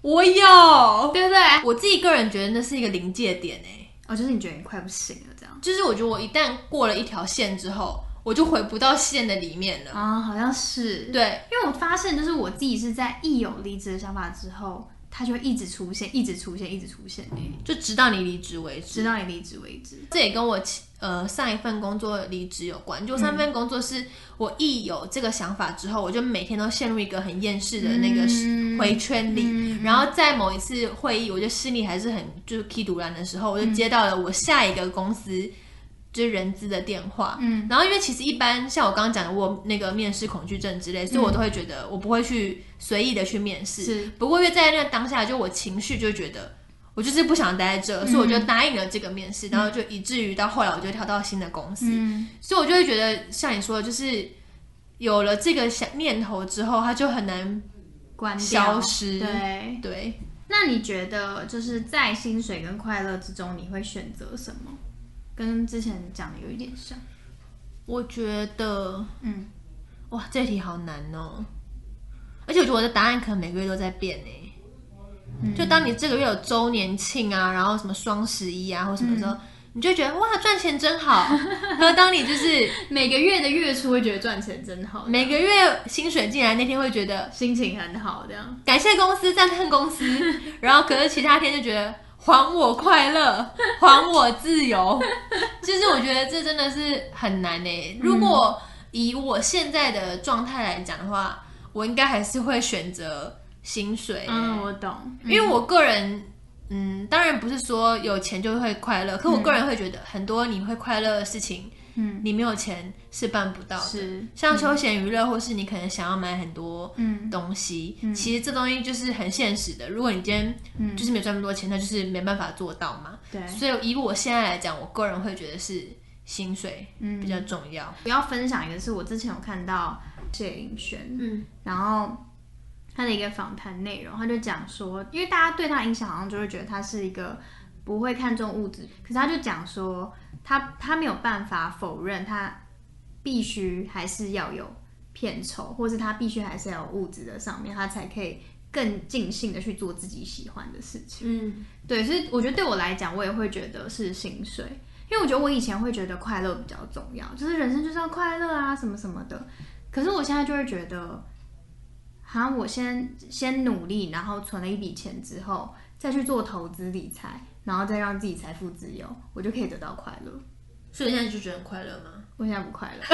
[SPEAKER 3] 我有，
[SPEAKER 2] 对不对？
[SPEAKER 3] 我自己个人觉得那是一个临界点诶、欸
[SPEAKER 2] 哦，就是你觉得你快不行了这样
[SPEAKER 3] 就是我觉得我一旦过了一条线之后，我就回不到线的里面了。
[SPEAKER 2] 啊、好像是，
[SPEAKER 3] 对，
[SPEAKER 2] 因为我发现就是我自己是在一有离职的想法之后，它就会一直出现，一直出现，一直出现，哎
[SPEAKER 3] 就直到你离职为
[SPEAKER 2] 直
[SPEAKER 3] 止。
[SPEAKER 2] 到你离职为止。
[SPEAKER 3] 这也跟我其呃上一份工作离职有关。就上一份工作是我一有这个想法之后，我就每天都陷入一个很厌世的那个
[SPEAKER 2] 嗯
[SPEAKER 3] 回圈里。
[SPEAKER 2] 嗯
[SPEAKER 3] 然后在某一次会议，我就心里还是很就是 key 独蓝的
[SPEAKER 2] 嗯
[SPEAKER 3] 时候，我就接到了我下一个公司。就是人资的电话，
[SPEAKER 2] 嗯，
[SPEAKER 3] 然后因为其实一般像我刚刚讲的，我那个面试恐惧症之类，所以
[SPEAKER 2] 嗯
[SPEAKER 3] 我都会觉得我不会去随意的去面试。
[SPEAKER 2] 是
[SPEAKER 3] 不过因为在那当下，就我情绪就觉得我就是不想待在这，
[SPEAKER 2] 嗯
[SPEAKER 3] 所以我就答应了这个面试，然后就以至于到后来我就跳到新的公司，
[SPEAKER 2] 嗯
[SPEAKER 3] 所以我就会觉得像你说的，就是有了这个想念头之后，它就很难
[SPEAKER 2] 关掉
[SPEAKER 3] 消失
[SPEAKER 2] 对，
[SPEAKER 3] 对。
[SPEAKER 2] 那你觉得就是在薪水跟快乐之中，你会选择什么？跟之前讲的有一点像。
[SPEAKER 3] 我觉得
[SPEAKER 2] 嗯，
[SPEAKER 3] 哇，这题好难哦，而且我觉得我的答案可能每个月都在变呢。
[SPEAKER 2] 嗯
[SPEAKER 3] 就当你这个月有周年庆啊，然后什么双十一啊，或什么时候，
[SPEAKER 2] 嗯
[SPEAKER 3] 你就觉得哇，赚钱真好。然后当你就是
[SPEAKER 2] 每个月的月初会觉得赚钱真好，
[SPEAKER 3] 每个月薪水进来那天会觉得
[SPEAKER 2] 心情很好，这样。
[SPEAKER 3] 感谢公司，赞叹公司，然后可是其他天就觉得还我快 乐，还我自由。就是我觉得这真的是很难呢、
[SPEAKER 2] 嗯
[SPEAKER 3] 如果以我现在的状态来讲的话，我应该还是会选择薪水、
[SPEAKER 2] 嗯，我懂。
[SPEAKER 3] 因为我个人，嗯，当然不是说有钱就会快乐，可我个人会觉得很多你会快乐的事情，
[SPEAKER 2] 嗯，
[SPEAKER 3] 你没有钱是办不到的。
[SPEAKER 2] 是
[SPEAKER 3] 像休闲娱乐，或是你可能想要买很多
[SPEAKER 2] 嗯
[SPEAKER 3] 东西，其实这东西就是很现实的。如果你今天就是没有赚那么多钱，那就是没办法做到嘛。
[SPEAKER 2] 嗯对，
[SPEAKER 3] 所以以我现在来讲，我个人会觉得是薪水
[SPEAKER 2] 嗯
[SPEAKER 3] 比较重要。
[SPEAKER 2] 我要分享一个是我之前有看到谢颖轩，
[SPEAKER 3] 嗯
[SPEAKER 2] 然后他的一个访谈内容，他就讲说，因为大家对他的印象好像就会觉得他是一个不会看重物质，可是他就讲说，他他没有办法否认他必须还是要有片酬，或是他必须还是要有物质的上面，他才可以更尽兴的去做自己喜欢的事情。
[SPEAKER 3] 嗯，
[SPEAKER 2] 对，所以我觉得对我来讲，我也会觉得是薪水，因为我觉得我以前会觉得快乐比较重要，就是人生就是要快乐啊，什么什么的。可是我现在就会觉得，好像我先先努力，然后存了一笔钱之后，再去做投资理财，然后再让自己财富自由，我就可以得到快乐。
[SPEAKER 3] 所以你现在就觉得很快乐 吗？
[SPEAKER 2] 我现在不快乐。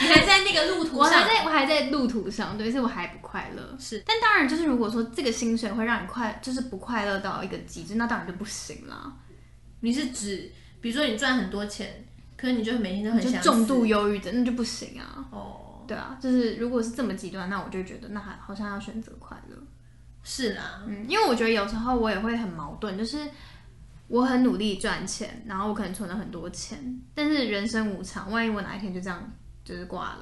[SPEAKER 3] 你还在那个路途
[SPEAKER 2] 我还
[SPEAKER 3] 上，
[SPEAKER 2] 在我还在路途上，对，所以我还不快乐。
[SPEAKER 3] 是，
[SPEAKER 2] 但当然就是如果说这个薪水会让你快，就是不快乐到一个极致，那当然就不行啦，
[SPEAKER 3] 你是指，比如说你赚很多钱，可是你就每天都很
[SPEAKER 2] 就
[SPEAKER 3] 想死
[SPEAKER 2] 重度忧郁症那就不行啊。
[SPEAKER 3] 哦，
[SPEAKER 2] 对啊，就是如果是这么极端，那我就觉得那还好像要选择快乐。
[SPEAKER 3] 是啦，
[SPEAKER 2] 嗯，因为我觉得有时候我也会很矛盾，就是我很努力赚钱，然后我可能存了很多钱，但是人生无常，万一我哪一天就这样就是挂了，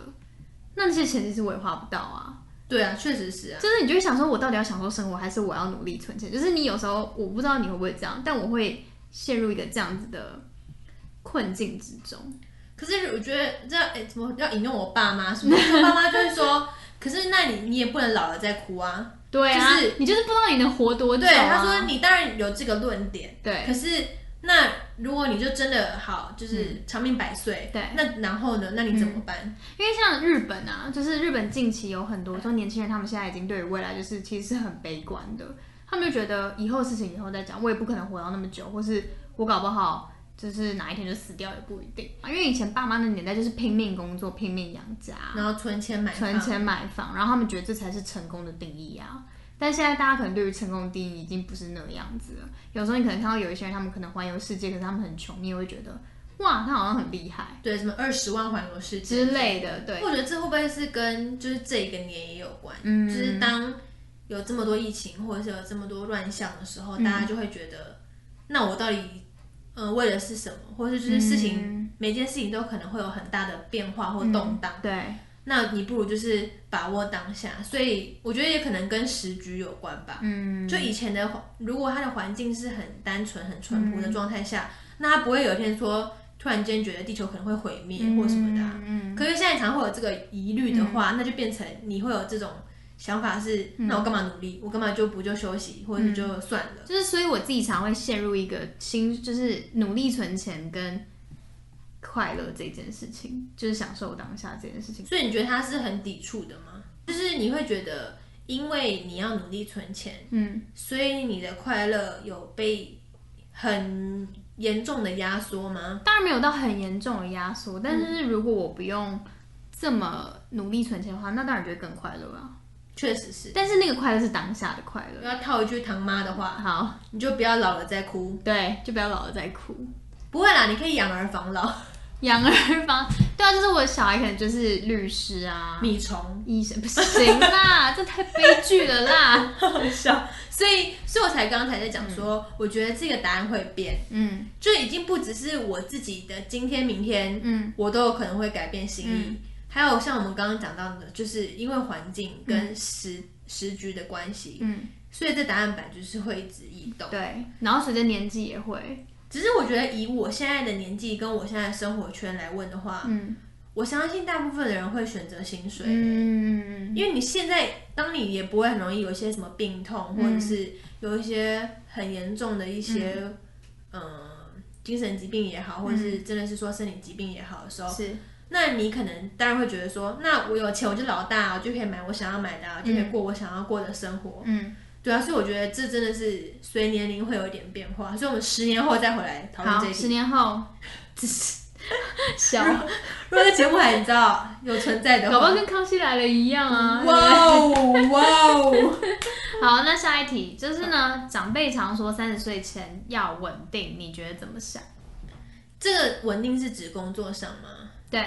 [SPEAKER 2] 那那些钱其实我也花不到啊。
[SPEAKER 3] 对啊，确实是啊，
[SPEAKER 2] 就是你就会想说，我到底要享受生活，还是我要努力存钱？就是你有时候我不知道你会不会这样，但我会陷入一个这样子的困境之中。
[SPEAKER 3] 可是我觉得这哎、怎么要引用我爸妈什么？我爸妈就会说， 可是那你你也不能老了再哭啊。
[SPEAKER 2] 对啊，
[SPEAKER 3] 就是
[SPEAKER 2] 你就是不知道你能活多久、
[SPEAKER 3] 对，
[SPEAKER 2] 啊。
[SPEAKER 3] 他说你当然有这个论点，
[SPEAKER 2] 对
[SPEAKER 3] 可是那如果你就真的好，就是长命百岁，
[SPEAKER 2] 嗯对
[SPEAKER 3] 那然后呢？那你怎么办？
[SPEAKER 2] 因为像日本啊，就是日本近期有很多说年轻人，他们现在已经对于未来就是其实是很悲观的，他们就觉得以后事情以后再讲，我也不可能活到那么久，或是我搞不好就是哪一天就死掉也不一定啊。因为以前爸妈的年代就是拼命工作，拼命养家，
[SPEAKER 3] 然后存钱买房，
[SPEAKER 2] 嗯存钱买房，然后他们觉得这才是成功的定义啊。但现在大家可能对于成功的定义已经不是那样子了。有时候你可能看到有一些人，他们可能环游世界，可是他们很穷，你也会觉得哇，他好像很厉害
[SPEAKER 3] 对，什么二十万环游世
[SPEAKER 2] 之
[SPEAKER 3] 界
[SPEAKER 2] 类的。对，
[SPEAKER 3] 我觉得这会不会是跟就是这一个年也有关？
[SPEAKER 2] 嗯
[SPEAKER 3] 就是当有这么多疫情或者是有这么多乱象的时候，
[SPEAKER 2] 嗯
[SPEAKER 3] 大家就会觉得，那我到底嗯、呃为的是什么？或者
[SPEAKER 2] 嗯
[SPEAKER 3] 就是事情、每件事情都可能会有很大的变化或
[SPEAKER 2] 嗯
[SPEAKER 3] 动荡，
[SPEAKER 2] 对，
[SPEAKER 3] 那你不如就是把握当下。所以我觉得也可能跟时局有关吧。
[SPEAKER 2] 嗯，
[SPEAKER 3] 就以前的环，如果他的环境是很单纯、很
[SPEAKER 2] 嗯
[SPEAKER 3] 淳朴的状态下，那他不会有一天说突然间觉得地球可能会毁灭或什么的啊、
[SPEAKER 2] 嗯，
[SPEAKER 3] 可是现在常会有这个疑虑的话，那就变成你会有这种想法是，
[SPEAKER 2] 嗯
[SPEAKER 3] 那我干嘛努力？我干嘛就不就休息，或者是就算了？
[SPEAKER 2] 就是所以我自己常会陷入一个心，就是努力存钱跟快乐这件事情，就是享受当下这件事情。
[SPEAKER 3] 所以你觉得他是很抵触的吗？就是你会觉得，因为你要努力存钱，
[SPEAKER 2] 嗯，
[SPEAKER 3] 所以你的快乐有被很严重的压缩吗？
[SPEAKER 2] 当然没有到很严重的压缩，但是
[SPEAKER 3] 嗯
[SPEAKER 2] 如果我不用这么努力存钱的话，那当然就会更快乐啊。
[SPEAKER 3] 确实是。
[SPEAKER 2] 但是那个快乐是当下的快乐。
[SPEAKER 3] 要套一句唐妈的话，
[SPEAKER 2] 好，
[SPEAKER 3] 你就不要老了再哭。
[SPEAKER 2] 对，就不要老了再哭。
[SPEAKER 3] 不会啦，你可以养儿防老，
[SPEAKER 2] 养儿防，对啊，就是我的小孩可能就是律师啊、
[SPEAKER 3] 米虫。
[SPEAKER 2] 医生，不行啦，这太悲剧了啦。
[SPEAKER 3] 好笑。所以，所以我才刚才在讲说，我觉得这个答案会变，
[SPEAKER 2] 嗯
[SPEAKER 3] 就已经不只是我自己的今天、明天，
[SPEAKER 2] 嗯，
[SPEAKER 3] 我都有可能会改变心意。还有像我们刚刚讲到的，就是因为环境跟时、时局的关系，
[SPEAKER 2] 嗯，
[SPEAKER 3] 所以这答案版就是会一直移动。
[SPEAKER 2] 对。然后随着年纪也会，
[SPEAKER 3] 只是我觉得以我现在的年纪跟我现在的生活圈来问的话，
[SPEAKER 2] 嗯
[SPEAKER 3] 我相信大部分的人会选择薪水。
[SPEAKER 2] 嗯，
[SPEAKER 3] 因为你现在，当你也不会很容易有一些什么病痛，
[SPEAKER 2] 嗯
[SPEAKER 3] 或者是有一些很严重的一些，嗯、精神疾病也好，或者是
[SPEAKER 2] 嗯
[SPEAKER 3] 真的是说生理疾病也好的时候，
[SPEAKER 2] 是
[SPEAKER 3] 那你可能当然会觉得说，那我有钱我就老大啊，我就可以买我想要买的、啊，就可以过我想要过的生活。
[SPEAKER 2] 嗯，
[SPEAKER 3] 对啊，所以我觉得这真的是随年龄会有一点变化，所以我们十年后再回来讨论
[SPEAKER 2] 好
[SPEAKER 3] 这，一
[SPEAKER 2] 十
[SPEAKER 3] 题。
[SPEAKER 2] 年后， 小，
[SPEAKER 3] 如果这节目还你知道有存在的
[SPEAKER 2] 搞不好
[SPEAKER 3] 话，
[SPEAKER 2] 跟康熙来了一样啊。
[SPEAKER 3] 哇哦哇哦，
[SPEAKER 2] 好，那下一题就是呢，长辈常说三十岁前要稳定，你觉得怎么想？
[SPEAKER 3] 这个稳定是指工作上吗？
[SPEAKER 2] 对，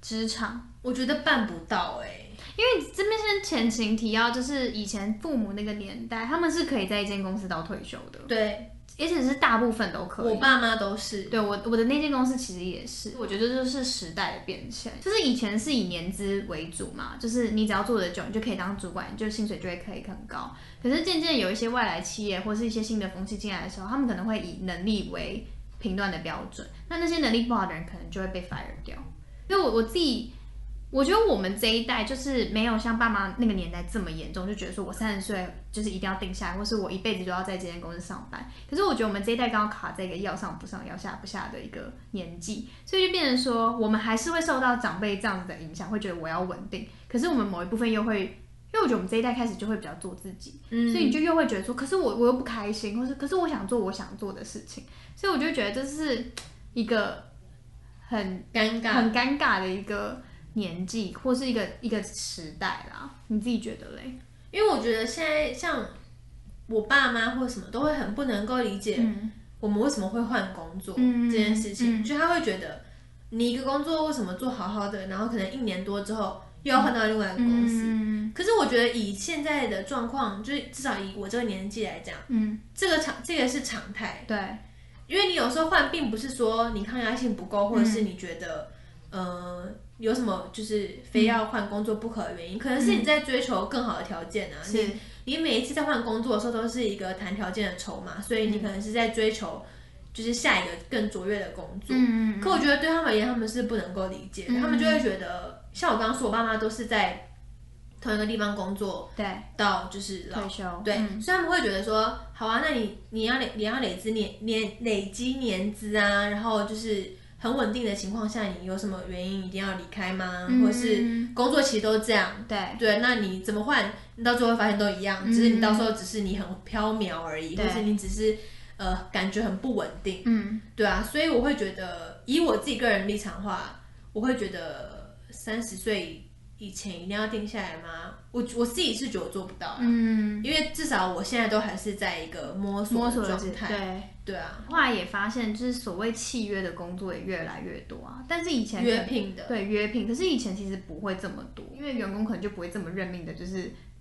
[SPEAKER 2] 职场，
[SPEAKER 3] 我觉得办不到哎、
[SPEAKER 2] 因为这边先前情提要，就是以前父母那个年代，他们是可以在一间公司到退休的，
[SPEAKER 3] 对，
[SPEAKER 2] 而且是大部分都可以。
[SPEAKER 3] 我爸妈都是，
[SPEAKER 2] 对我我的那间公司其实也是，我觉得这就是时代的变迁，就是以前是以年资为主嘛，就是你只要做得久，你就可以当主管，你就薪水就会可以很高。可是渐渐有一些外来企业或是一些新的风气进来的时候，他们可能会以能力为评断的标准，那那些能力不好的人可能就会被 fire 掉。所以我我自己。我觉得我们这一代就是没有像爸妈那个年代这么严重，就觉得说我三十岁就是一定要定下来，或是我一辈子都要在这间公司上班。可是我觉得我们这一代刚好卡在一个要上不上、要下不下的一个年纪，所以就变成说我们还是会受到长辈这样子的影响，会觉得我要稳定。可是我们某一部分又会，因为我觉得我们这一代开始就会比较做自己，
[SPEAKER 3] 嗯
[SPEAKER 2] 所以你就又会觉得说，可是我我又不开心，或是可是我想做我想做的事情，所以我就觉得这是一个很
[SPEAKER 3] 尴尬。
[SPEAKER 2] 很尴尬的一个年纪或是一个一个时代啦。你自己觉得嘞？
[SPEAKER 3] 因为我觉得现在像我爸妈或什么都会很不能够理解
[SPEAKER 2] 嗯
[SPEAKER 3] 我们为什么会换工作
[SPEAKER 2] 嗯
[SPEAKER 3] 这件事情，
[SPEAKER 2] 嗯
[SPEAKER 3] 就他会觉得你一个工作为什么做好好的，然后可能一年多之后又要换到另外一个公司。
[SPEAKER 2] 嗯
[SPEAKER 3] 可是我觉得以现在的状况，就是至少以我这个年纪来讲，
[SPEAKER 2] 嗯，
[SPEAKER 3] 这个常这个是常态，
[SPEAKER 2] 对，
[SPEAKER 3] 因为你有时候换并不是说你抗压性不够，或者
[SPEAKER 2] 嗯
[SPEAKER 3] 是你觉得、呃有什么就是非要换工作不可的原因，可能是你在追求更好的条件啊，
[SPEAKER 2] 嗯
[SPEAKER 3] 你
[SPEAKER 2] 是
[SPEAKER 3] 你每一次在换工作的时候都是一个谈条件的筹码，所
[SPEAKER 2] 嗯
[SPEAKER 3] 以你可能是在追求就是下一个更卓越的工作。
[SPEAKER 2] 嗯
[SPEAKER 3] 可我觉得对他们而言，他们是不能够理解的，
[SPEAKER 2] 嗯
[SPEAKER 3] 他们就会觉得，像我刚刚说，我爸妈都是在同一个地方工作
[SPEAKER 2] 对
[SPEAKER 3] 到就是老
[SPEAKER 2] 退，休
[SPEAKER 3] 对，
[SPEAKER 2] 嗯
[SPEAKER 3] 所以他们会觉得说，好啊，那你你要累你要累积年年累积年资啊，然后就是很稳定的情况下，你有什么原因一定要离开吗？
[SPEAKER 2] 嗯
[SPEAKER 3] 或是工作其实都这样，
[SPEAKER 2] 对嗯
[SPEAKER 3] 对，那你怎么换？你到最后会发现都一样，只是你到时候只是你很飘渺而已，
[SPEAKER 2] 对
[SPEAKER 3] 或是你只是呃感觉很不稳定，
[SPEAKER 2] 嗯
[SPEAKER 3] 对啊，所以我会觉得，以我自己个人立场的话，我会觉得三十岁以前一定要定下来吗？我我自己是觉得我做不到啊、
[SPEAKER 2] 嗯，
[SPEAKER 3] 因为至少我现在都还是在一个摸
[SPEAKER 2] 摸
[SPEAKER 3] 索
[SPEAKER 2] 索
[SPEAKER 3] 的
[SPEAKER 2] 的
[SPEAKER 3] 状态，
[SPEAKER 2] 对。
[SPEAKER 3] 对啊，
[SPEAKER 2] 后来也发现，就是所谓契约的工作也越来越多啊，但是以前可能
[SPEAKER 3] 约聘的
[SPEAKER 2] 对约聘，可是以前其实不会这么多，因为员工可能就不会这么认命的，就是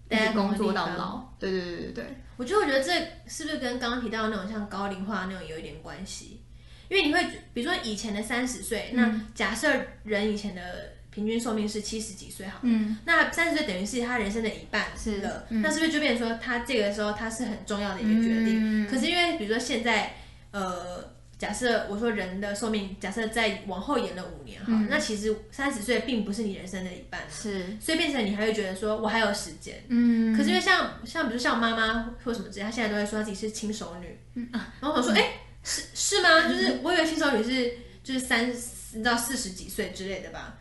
[SPEAKER 2] 一直工作到
[SPEAKER 3] 待
[SPEAKER 2] 老
[SPEAKER 3] 在同一个地方。
[SPEAKER 2] 对对对对对，
[SPEAKER 3] 我就会觉得这是不是跟刚刚提到的那种像高龄化那种有一点关系？因为你会觉，比如说以前的三十岁，
[SPEAKER 2] 嗯
[SPEAKER 3] 那假设人以前的平均寿命是七十几岁好了，
[SPEAKER 2] 嗯
[SPEAKER 3] 那三十岁等于是他人生的一半
[SPEAKER 2] 是
[SPEAKER 3] 了，
[SPEAKER 2] 嗯
[SPEAKER 3] 那是不是就变成说他这个时候他是很重要的一个决定？
[SPEAKER 2] 嗯
[SPEAKER 3] 可是因为比如说现在，呃，假设我说人的寿命，假设再往后延了五年哈，
[SPEAKER 2] 嗯
[SPEAKER 3] 那其实三十岁并不是你人生的一半啊，
[SPEAKER 2] 是，
[SPEAKER 3] 所以变成你还会觉得说我还有时间。
[SPEAKER 2] 嗯，
[SPEAKER 3] 可是因为像像比如像我妈妈或什么之类，她现在都会说她自己是轻熟女，
[SPEAKER 2] 嗯
[SPEAKER 3] 然后我想说，哎、是是吗？就是我以为轻熟女是就是三你知道四十几岁之类的吧？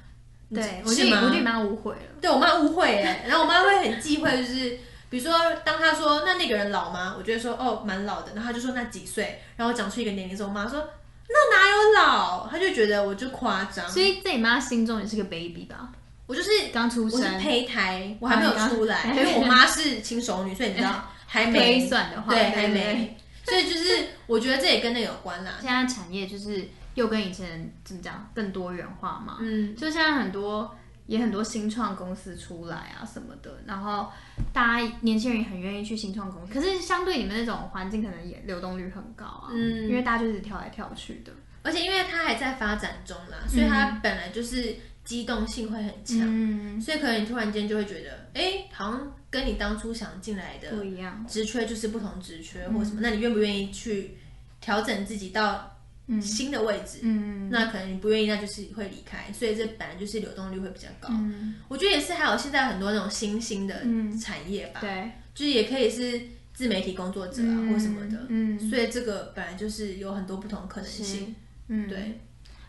[SPEAKER 2] 对我
[SPEAKER 3] 嗯是
[SPEAKER 2] 就
[SPEAKER 3] 吗
[SPEAKER 2] 我就蛮误会了，
[SPEAKER 3] 对我妈误会哎、然后我妈会很忌讳，就是比如说当她说那那个人老吗？我就会说哦蛮老的，然后她就说那几岁，然后我讲出一个年龄之后，我妈说那哪有老？她就觉得我就夸张，
[SPEAKER 2] 所以在你妈心中你是个 baby 吧，
[SPEAKER 3] 我就是
[SPEAKER 2] 刚出
[SPEAKER 3] 我
[SPEAKER 2] 生
[SPEAKER 3] 是胚胎，我还没有出来，
[SPEAKER 2] 啊 你
[SPEAKER 3] 因
[SPEAKER 2] 刚
[SPEAKER 3] 为我妈是亲手女，所以你知 道还没
[SPEAKER 2] 推算的话
[SPEAKER 3] 对，
[SPEAKER 2] 对
[SPEAKER 3] 还
[SPEAKER 2] 对
[SPEAKER 3] 没
[SPEAKER 2] 对，
[SPEAKER 3] 所以就是我觉得这也跟那有关啦。
[SPEAKER 2] 现在产业就是又跟以前怎么讲更多元化嘛，
[SPEAKER 3] 嗯，
[SPEAKER 2] 就现在很多也很多新创公司出来啊什么的，然后大家年轻人也很愿意去新创公司，可是相对你们那种环境，可能也流动率很高啊，
[SPEAKER 3] 嗯
[SPEAKER 2] 因为大家就是跳来跳去的，
[SPEAKER 3] 而且因为它还在发展中啦，所以它本来就是机动性会很强，
[SPEAKER 2] 嗯，
[SPEAKER 3] 所以可能你突然间就会觉得，哎、好像跟你当初想进来的
[SPEAKER 2] 不一样，
[SPEAKER 3] 职缺就是不同职缺或什么，那你愿不愿意去调整自己到
[SPEAKER 2] 嗯
[SPEAKER 3] 新的位置？
[SPEAKER 2] 嗯
[SPEAKER 3] 那可能你不愿意，那就是会离开，所以这本来就是流动率会比较高。
[SPEAKER 2] 嗯，
[SPEAKER 3] 我觉得也是，还有现在很多那种新兴的
[SPEAKER 2] 嗯
[SPEAKER 3] 产业吧，
[SPEAKER 2] 对，
[SPEAKER 3] 就是也可以是自媒体工作者啊、
[SPEAKER 2] 嗯
[SPEAKER 3] 或什么的，
[SPEAKER 2] 嗯
[SPEAKER 3] 所以这个本来就是有很多不同可能
[SPEAKER 2] 是
[SPEAKER 3] 性，，
[SPEAKER 2] 嗯，
[SPEAKER 3] 对，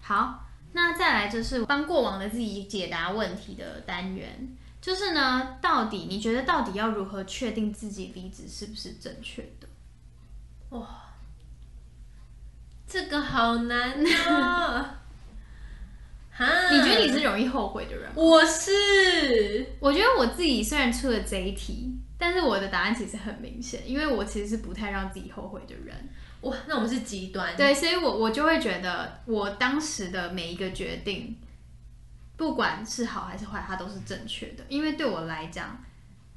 [SPEAKER 2] 好，那再来就是帮过往的自己解答问题的单元，就是呢，到底你觉得到底要如何确定自己离职是不是正确的？
[SPEAKER 3] 哇，这个好难 啊！哈，
[SPEAKER 2] 你觉得你是容易后悔的人吗？
[SPEAKER 3] 我是
[SPEAKER 2] 我觉得我自己虽然出了这一题，但是我的答案其实很明显，因为我其实是不太让自己后悔的人。
[SPEAKER 3] 哇，那我们是极端，
[SPEAKER 2] 对，所以我我就会觉得我当时的每一个决定，不管是好还是坏，它都是正确的，因为对我来讲，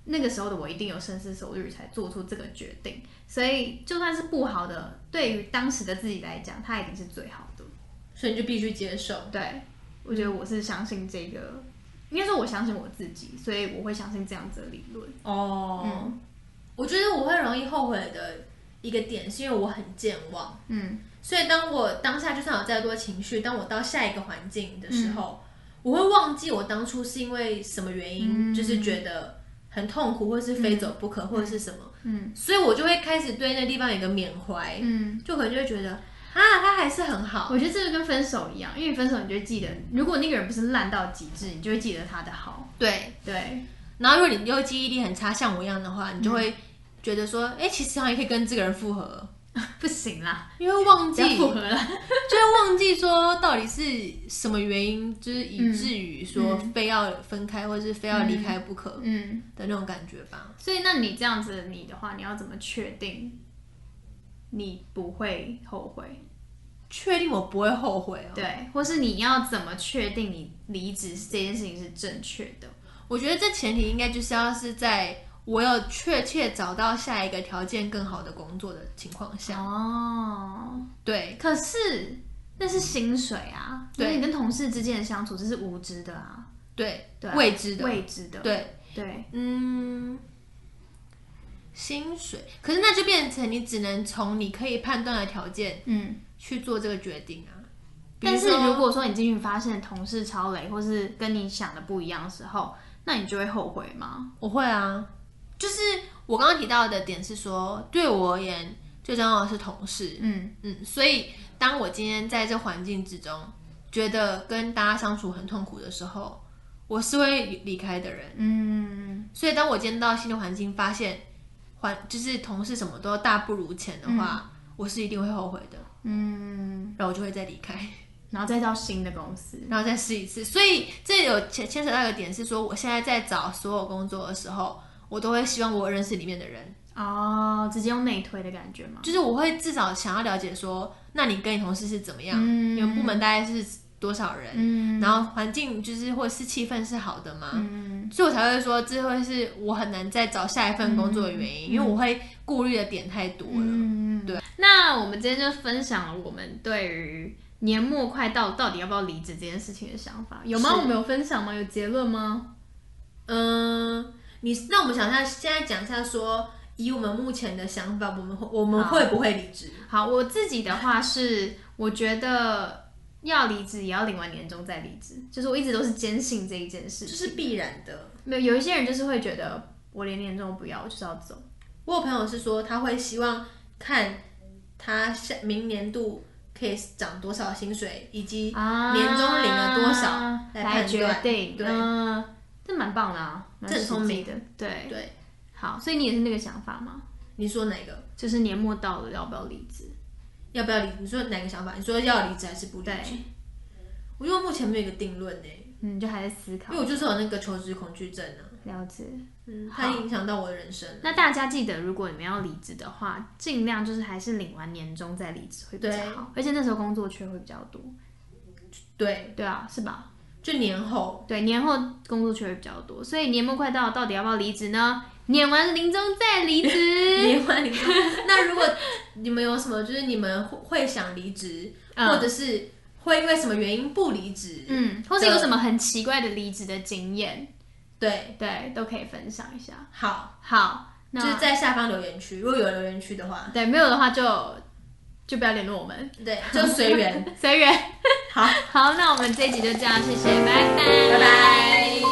[SPEAKER 2] 那个时候的我一定有深思熟虑才做出这个决定，所以就算是不好的，对于当时的自己来讲，它一定是最好的。
[SPEAKER 3] 所以你就必须接受。
[SPEAKER 2] 对，我觉得我是相信这个，应该说我相信我自己，所以我会相信这样子的理论。
[SPEAKER 3] 哦，我觉得我会容易后悔的一个点，是因为我很健忘，
[SPEAKER 2] 嗯，
[SPEAKER 3] 所以当我当下就算有再多情绪，当我到下一个环境的
[SPEAKER 2] 嗯
[SPEAKER 3] 时候，我会忘记我当初是因为什么原因，
[SPEAKER 2] 嗯
[SPEAKER 3] 就是觉得很痛苦，或是非走不可，或者是什么，
[SPEAKER 2] 嗯，
[SPEAKER 3] 所以我就会开始对那地方有一个缅怀，
[SPEAKER 2] 嗯，
[SPEAKER 3] 就可能就会觉得啊，他还是很好，
[SPEAKER 2] 我觉得这就跟分手一样，因为分手你就会记得，如果那个人不是烂到极致，你就会记得他的好。
[SPEAKER 3] 对，
[SPEAKER 2] 对，
[SPEAKER 3] 然后如果你又记忆力很差，像我一样的话，你就会觉得说，哎、其实好像也可以跟这个人复合，
[SPEAKER 2] 不行啦，
[SPEAKER 3] 因为忘
[SPEAKER 2] 不
[SPEAKER 3] 记嗯
[SPEAKER 2] 要 复合了。
[SPEAKER 3] 就会忘记说到底是什么原因，就是以至于说
[SPEAKER 2] 嗯
[SPEAKER 3] 非要分开，或者是非要离开不可
[SPEAKER 2] 嗯，
[SPEAKER 3] 的那种感觉吧。
[SPEAKER 2] 所以那你这样子你的话，你要怎么确定你不会后悔？
[SPEAKER 3] 确定我不会后悔哦。
[SPEAKER 2] 对，或是你要怎么确定你离职这件事情是正确的？
[SPEAKER 3] 我觉得这前提应该就是要是在我有确切找到下一个条件更好的工作的情况下，
[SPEAKER 2] 哦，
[SPEAKER 3] 对
[SPEAKER 2] 可是那是薪水啊，
[SPEAKER 3] 对
[SPEAKER 2] 对你跟同事之间的相处，这是无知的啊，
[SPEAKER 3] 对
[SPEAKER 2] 对啊
[SPEAKER 3] 未知的
[SPEAKER 2] 未知的，
[SPEAKER 3] 对，
[SPEAKER 2] 对，
[SPEAKER 3] 嗯。薪水，可是那就变成你只能从你可以判断的条件
[SPEAKER 2] 嗯。
[SPEAKER 3] 去做这个决定啊。比
[SPEAKER 2] 但是
[SPEAKER 3] 说
[SPEAKER 2] 如果说你进去发现同事超累，或是跟你想的不一样的时候，那你就会后悔吗？
[SPEAKER 3] 我会啊，就是我刚刚提到的点是说，对我而言最重要的是同事，
[SPEAKER 2] 嗯
[SPEAKER 3] 嗯，所以当我今天在这环境之中，觉得跟大家相处很痛苦的时候，我是会离开的人。
[SPEAKER 2] 嗯
[SPEAKER 3] 所以当我今天到新的环境，发现环就是同事什么都大不如前的话，我是一定会后悔的，
[SPEAKER 2] 嗯，
[SPEAKER 3] 然后我就会再离开。
[SPEAKER 2] 然后再到新的公司，
[SPEAKER 3] 然后再试一次。所以这有牵牵扯到一个点是说，我现在在找所有工作的时候，我都会希望我认识里面的人，
[SPEAKER 2] 哦，直接用内推的感觉吗？
[SPEAKER 3] 就是我会至少想要了解说，那你跟你同事是怎么样，
[SPEAKER 2] 嗯
[SPEAKER 3] 你们部门大概是多少人，
[SPEAKER 2] 嗯
[SPEAKER 3] 然后环境就是或者是气氛是好的吗？
[SPEAKER 2] 嗯，
[SPEAKER 3] 所以我才会说，这会是我很难再找下一份工作的原因，因为我会顾虑的点太多了。
[SPEAKER 2] 嗯，
[SPEAKER 3] 对。
[SPEAKER 2] 那我们今天就分享了我们对于年末快到到底要不要离职这件事情的想法，有吗？
[SPEAKER 3] 是
[SPEAKER 2] 我们有分享吗？有结论吗？
[SPEAKER 3] 嗯，你那我们想一下，现在讲一下说，以我们目前的想法，我们我们会不会离职？
[SPEAKER 2] 好，我自己的话是，我觉得要离职也要领完年终再离职，就是我一直都是坚信这一件事
[SPEAKER 3] 这
[SPEAKER 2] 情。
[SPEAKER 3] 是必然的。
[SPEAKER 2] 没有有一些人就是会觉得我连年终都不要，我就是要走。
[SPEAKER 3] 我有朋友是说他会希望看他下明年度可以涨多少薪水，以及
[SPEAKER 2] 啊
[SPEAKER 3] 年终领了多少来
[SPEAKER 2] 来
[SPEAKER 3] 判
[SPEAKER 2] 决
[SPEAKER 3] 断。
[SPEAKER 2] 定，
[SPEAKER 3] 对
[SPEAKER 2] 嗯，这蛮棒的啊，蛮
[SPEAKER 3] 这很
[SPEAKER 2] 实
[SPEAKER 3] 聪
[SPEAKER 2] 际
[SPEAKER 3] 明
[SPEAKER 2] 的，对。
[SPEAKER 3] 对，
[SPEAKER 2] 好，所以你也是那个想法吗？
[SPEAKER 3] 你说哪个？
[SPEAKER 2] 就是年末到了，要不要离职？
[SPEAKER 3] 要不要离？你说哪个想法？你说要离职还是不离职
[SPEAKER 2] 对？
[SPEAKER 3] 我觉得我目前没有一个定论呢、欸
[SPEAKER 2] 嗯，就还在思考
[SPEAKER 3] 因为。我就是有那个求职恐惧症啊，
[SPEAKER 2] 了解。
[SPEAKER 3] 嗯，它影响到我的人生了。
[SPEAKER 2] 那大家记得，如果你们要离职的话，尽量就是还是领完年终再离职会比较好，而且那时候工作缺会比较多。
[SPEAKER 3] 对，
[SPEAKER 2] 对哦啊，是吧？
[SPEAKER 3] 就年后，
[SPEAKER 2] 对，年后工作缺会比较多，所以年末快到，到底要不要离职 呢？年完年终再离职。
[SPEAKER 3] 年完年后。 那如果你们有什么，就是你们会会想离职，
[SPEAKER 2] 嗯
[SPEAKER 3] 或者是会因为什么原因不离职？
[SPEAKER 2] 嗯，或是有什么很奇怪的离职的经验，
[SPEAKER 3] 对，
[SPEAKER 2] 对，都可以分享一下。
[SPEAKER 3] 好。
[SPEAKER 2] 好，那
[SPEAKER 3] 就是在下方留言区，如果有留言区的话，
[SPEAKER 2] 对没有的话就就不要联络我们，
[SPEAKER 3] 对，就随 缘。
[SPEAKER 2] 随缘。
[SPEAKER 3] 好，
[SPEAKER 2] 好，那我们这一集就这样，谢谢，拜拜，
[SPEAKER 3] 拜拜。